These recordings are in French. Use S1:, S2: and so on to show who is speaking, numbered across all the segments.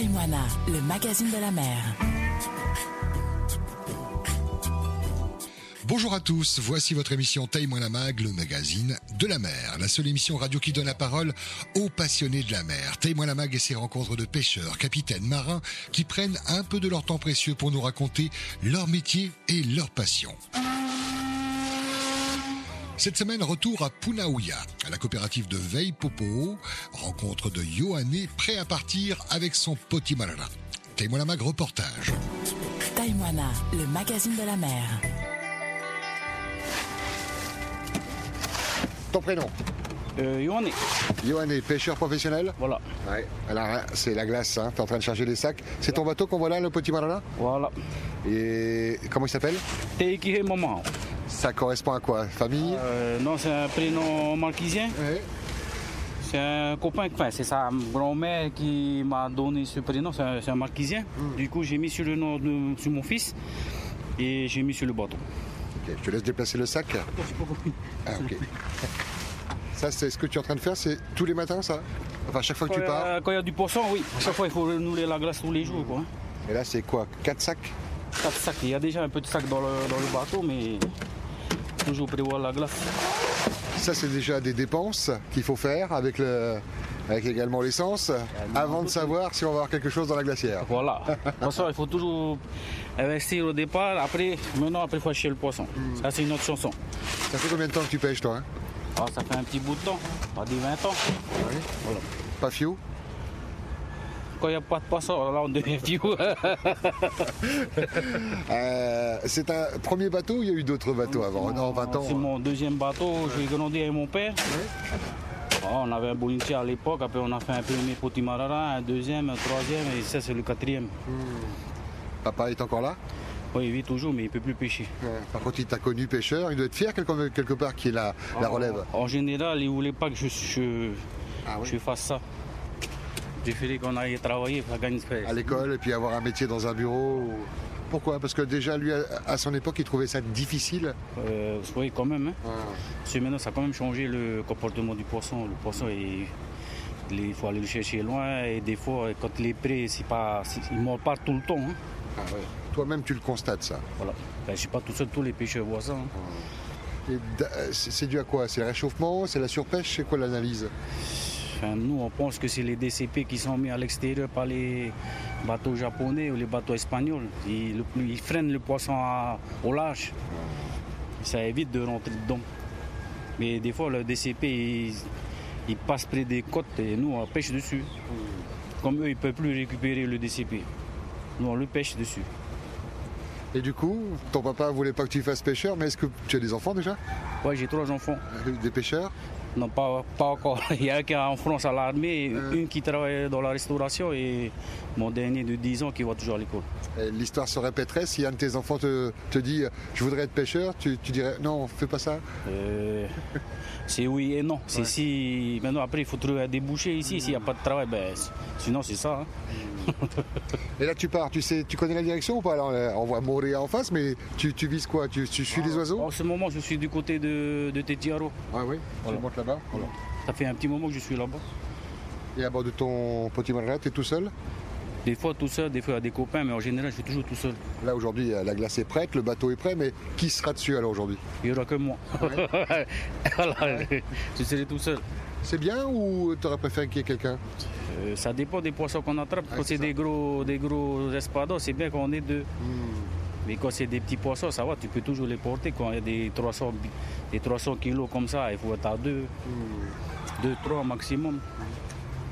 S1: El Moana, le magazine de la mer.
S2: Bonjour à tous, voici votre émission Taille-moi la mag, le magazine de la mer, la seule émission radio qui donne la parole aux passionnés de la mer. Taille-moi la mag et ses rencontres de pêcheurs, capitaines, marins qui prennent un peu de leur temps précieux pour nous raconter leur métier et leur passion. Cette semaine, retour à Punaouya, à la coopérative de Veille Popo, rencontre de Yohanné prêt à partir avec son potimarara. Taille-moi la mag reportage.
S1: Taïmoana, le magazine de la mer.
S2: Ton prénom
S3: Euh, Yohanné.
S2: Yohanné, pêcheur professionnel
S3: Voilà,
S2: Ouais, alors c'est la glace, hein. t'es en train de charger les sacs. C'est ton bateau qu'on voit là, le petit marana
S3: voilà.
S2: Et comment il s'appelle
S3: Teikire Maman.
S2: Ça correspond à quoi Famille
S3: Euh, non, c'est un prénom marquisien.
S2: Ouais.
S3: C'est un copain, enfin, c'est sa grand-mère qui m'a donné ce prénom. C'est un, c'est un marquisien.
S2: Hmm.
S3: Du coup, j'ai mis sur le nom de sur mon fils et j'ai mis sur le bateau.
S2: Ok, Je te laisse déplacer le sac. Ah, ok. Ça, c'est ce que tu es en train de faire, c'est tous les matins, ça Enfin, chaque
S3: Oh
S2: fois que tu pars.
S3: Quand il y a du poisson, oui. À chaque fois, il faut renouveler la glace tous les jours. Quoi.
S2: Et là, c'est quoi Quatre sacs
S3: Quatre sacs. Il y a déjà un peu de sac dans le, dans le bateau, mais toujours prévoir la glace.
S2: Ça, c'est déjà des dépenses qu'il faut faire avec, le... avec également l'essence, avant de savoir si on va avoir quelque chose dans la glacière.
S3: Voilà. De toute façon, il faut toujours investir au départ. Après, maintenant, après, il faut acheter le poisson.
S2: Hmm.
S3: Ça, c'est une autre chanson.
S2: Ça fait combien de temps que tu pêches, toi hein
S3: Ah, ça fait un petit bout de temps, pas dit 20 ans. Voilà.
S2: Pas fio
S3: Quand il n'y a pas de poisson, là on devient vieux.
S2: Oh, Euh, c'est un premier bateau ou il y a eu d'autres bateaux avant Non, 20 ans.
S3: C'est mon deuxième bateau, j'ai grandi avec mon père. Ah, on avait un bolintier à l'époque, après on a fait un premier potimarara, un deuxième, un troisième, et ça c'est le quatrième.
S2: Papa est encore là
S3: Oui, oui, toujours, mais il ne peut plus pêcher.
S2: Par contre, il t'a connu pêcheur, il doit être fier quelque, quelque part qu'il a la relève.
S3: En général, il ne voulait pas que je, je,
S2: Ah oui.
S3: je fasse ça. J'ai fait qu'on aille travailler, pour gagner
S2: À l'école et puis avoir un métier dans un bureau. ou- Pourquoi Parce que déjà, lui, à- à son époque, il trouvait ça difficile.
S3: Euh, vous voyez quand même. Hein. Parce que maintenant, ça a quand même changé le comportement du poisson. Le poisson, il, il faut aller le chercher loin. Et des fois, quand il est prêt, c'est pas, c'est- il ne mord pas tout le temps. hein.
S2: Ah ouais. Toi-même, tu le constates, ça.
S3: Voilà. Ben, je ne suis pas tout seul, tous les pêcheurs voient ça. hein.
S2: Et d'a- euh, C'est c'est dû à quoi C'est le réchauffement C'est la surpêche C'est quoi l'analyse
S3: Enfin, nous, on pense que c'est les DCP qui sont mis à l'extérieur par les bateaux japonais ou les bateaux espagnols. Ils, le- ils freinent le poisson à- au large. Ça évite de rentrer dedans. Mais des fois, le DCP, ils il passent près des côtes et nous, on pêche dessus. Comme eux, ils ne peuvent plus récupérer le DCP. Nous, on le pêche dessus.
S2: Et du coup, ton papa voulait pas que tu fasses pêcheur, mais est-ce que tu as des enfants déjà Euh,
S3: Ouais, j'ai trois enfants.
S2: Des pêcheurs
S3: Non, pas, pas encore. Il y a un qui est en France à l'armée, et une qui travaille dans la restauration et mon dernier de 10 ans qui va toujours à l'école.
S2: Et Euh, L'histoire se répéterait si un de tes enfants te, te dit euh, je voudrais être pêcheur, tu, tu dirais non, fais pas ça.
S3: Euh, c'est oui et non. C'est si. Maintenant, après, il faut trouver un débouché ici. S'il n'y a pas de travail, ben, c- sinon, c'est ça. hein.
S2: Et là tu pars, tu sais, tu connais la direction ou pas Alors, euh, On voit Moria en face, mais tu, tu vises quoi tu, tu suis les oiseaux
S3: En ce moment, je suis du côté de, de Tetiaro.
S2: Ah oui,
S3: Voilà.
S2: tu montes là-bas.
S3: Ça fait un petit moment que je suis là-bas.
S2: Et à bord de ton petit tu t'es tout seul
S3: Des fois tout seul, des fois à des copains, mais en général, je suis toujours tout seul.
S2: Là aujourd'hui, euh, la glace est prête, le bateau est prêt, mais qui sera dessus alors aujourd'hui
S3: Il n'y aura que moi. voilà, je serai tout seul.
S2: C'est bien ou t'aurais préféré qu'il y ait quelqu'un
S3: Euh, ça dépend des poissons qu'on attrape.
S2: Ouais,
S3: quand
S2: c'est
S3: c'est
S2: ça.
S3: des gros, des gros espadons, c'est bien qu'on ait deux.
S2: Hmm.
S3: Mais quand c'est des petits poissons, ça va, tu peux toujours les porter. Quand il y a des 300, bi- des 300 kilos comme ça, il faut être à deux,
S2: Hmm.
S3: deux, trois maximum.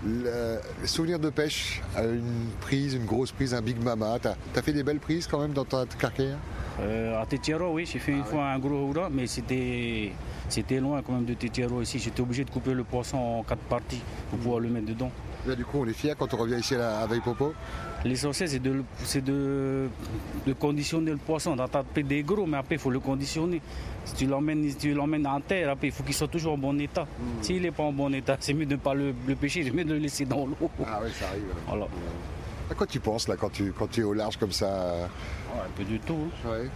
S2: Le le souvenir de pêche, euh, une prise, une grosse prise, un big mama, t'as as fait des belles prises quand même dans ta carrière
S3: Euh, à Tetiaro, oui, j'ai fait
S2: Ah
S3: une fois un gros hurrah, mais c'était, c'était loin quand même de Tetiaro ici. J'étais obligé de couper le poisson en quatre parties pour pouvoir le mettre dedans.
S2: Là du coup on est fiers quand on revient ici à la à Veille Popo.
S3: L'essentiel, c'est de, le- c'est de, de conditionner le poisson, d'attraper des gros, mais après, il faut le conditionner. Si tu l'emmènes, si tu l'emmènes en terre, après, il faut qu'il soit toujours en bon état.
S2: Hmm.
S3: S'il n'est pas en bon état, c'est mieux de ne pas le, le pêcher, c'est mieux de le laisser dans l'eau.
S2: Ah oui, ça arrive.
S3: Voilà.
S2: À quoi tu penses là quand tu, quand tu es au large comme ça euh
S3: Ouais, un peu de tout, hein.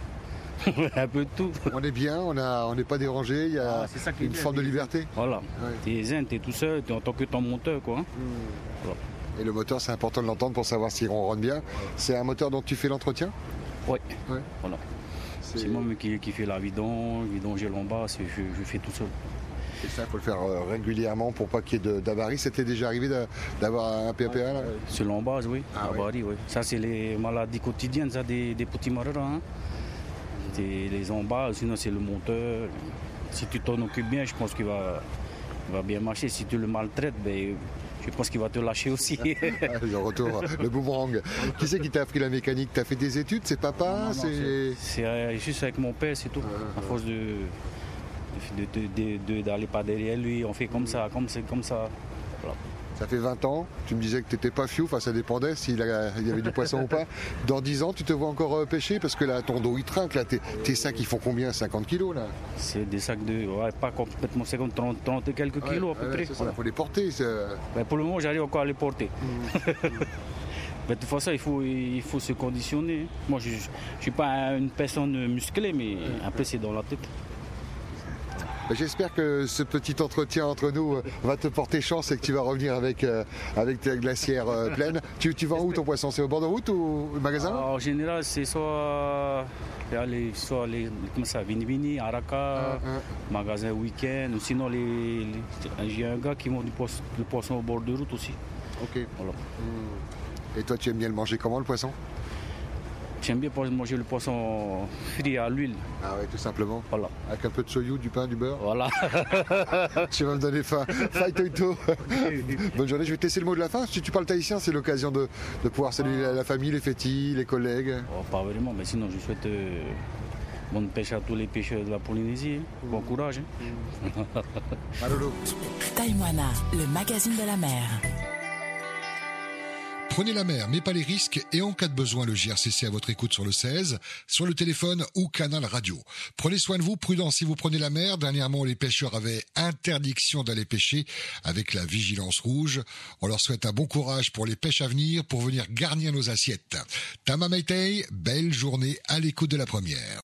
S3: un peu de tout.
S2: On est bien, on a- on n'est pas dérangé, il y a
S3: Ah, c'est ça qui est
S2: une
S3: bien,
S2: forme de
S3: c'est-
S2: liberté.
S3: Voilà.
S2: Ouais. Hmm.
S3: T'es zen, t'es tout seul, t'es en tant que ton monteur, quoi. hein.
S2: Et Et le moteur, c'est important de l'entendre pour savoir s'il ronronne bien. C'est un moteur dont tu fais l'entretien
S3: Oui,
S2: Ouais.
S3: voilà.
S2: C'est-
S3: C'est moi-même qui, qui fais la vidange, vidanger l'en bas, c'est- je, je fais tout seul.
S2: Et ça, il faut le faire euh, régulièrement pour pas qu'il y ait de- d'avaries. C'était déjà arrivé d'a- d'avoir un PAPA là
S3: C'est l'embase, oui.
S2: Ah
S3: la
S2: oui.
S3: barille, oui. Ça, c'est les maladies quotidiennes ça, des, des petits marins. hein. C'est les embases, sinon c'est le monteur. Si tu t'en occupes bien, je pense qu'il va, il va bien marcher. Si tu le maltraites, ben, je pense qu'il va te lâcher aussi.
S2: Ah, Le retour, le boomerang. Qui c'est qui t'a appris la mécanique T'as fait des études C'est
S3: Non,
S2: papa
S3: non,
S2: C'est.
S3: c'est euh, juste avec mon père, c'est tout.
S2: Ah,
S3: À force de de- de- de- de- d'aller pas derrière lui, on fait comme
S2: Mm.
S3: ça, comme c'est comme ça. Voilà.
S2: Ça fait 20 ans, tu me disais que t'étais pas fiou, enfin ça dépendait s'il a- il y avait du poisson ou pas. Dans 10 ans, tu te vois encore euh, pêcher parce que là, ton dos il trinque, là, tes, tes sacs ils font combien 50 kilos là
S3: C'est des sacs de, ouais, pas complètement 50, 30, 30 et quelques kilos à peu
S2: Ouais,
S3: près.
S2: c'est ça,
S3: Voilà.
S2: faut les porter. c'est-
S3: Mais pour le moment, j'arrive encore à les porter. Mais de toute façon, il faut, il faut se conditionner. Moi, je ne suis pas une personne musclée, mais après, c'est dans la tête.
S2: Bah, J'espère que ce petit entretien entre nous euh, va te porter chance et que tu vas revenir avec, euh, avec ta glacière euh, pleine. Tu, tu vas où ton poisson C'est au bord de route ou au magasin
S3: Alors, en général, c'est soit, euh, les, soit les, comment ça, Vinivini, Araka, magasin week-end, ou sinon, les, les- j'ai un gars qui vend du poisson, le poisson au bord de route aussi.
S2: Ok.
S3: Voilà.
S2: Et toi, tu aimes bien le manger comment le poisson
S3: J'aime bien pour- manger le poisson frit à l'huile.
S2: Ah ouais, tout simplement.
S3: Voilà.
S2: Avec un peu de soyou, du pain, du beurre.
S3: Voilà.
S2: Tu vas me donner faim. Fight Toito. Bonne journée. Je vais te laisser le mot de la fin. Si tu parles tahitien, c'est l'occasion de, de pouvoir saluer la, la famille, les fétis, les collègues.
S3: Oh, pas vraiment, mais sinon je souhaite euh, bonne pêche à tous les pêcheurs de la Polynésie. hein. Bon courage. hein.
S2: Malolo.
S1: Taïwana, le magazine de la mer.
S2: Prenez la mer, mais pas les risques, et en cas de besoin, le JRCC à votre écoute sur le 16, sur le téléphone ou canal radio. Prenez soin de vous, prudent si vous prenez la mer. Dernièrement, les pêcheurs avaient interdiction d'aller pêcher avec la vigilance rouge. On leur souhaite un bon courage pour les pêches à venir, pour venir garnir nos assiettes. Tamameitei, belle journée à l'écoute de la première.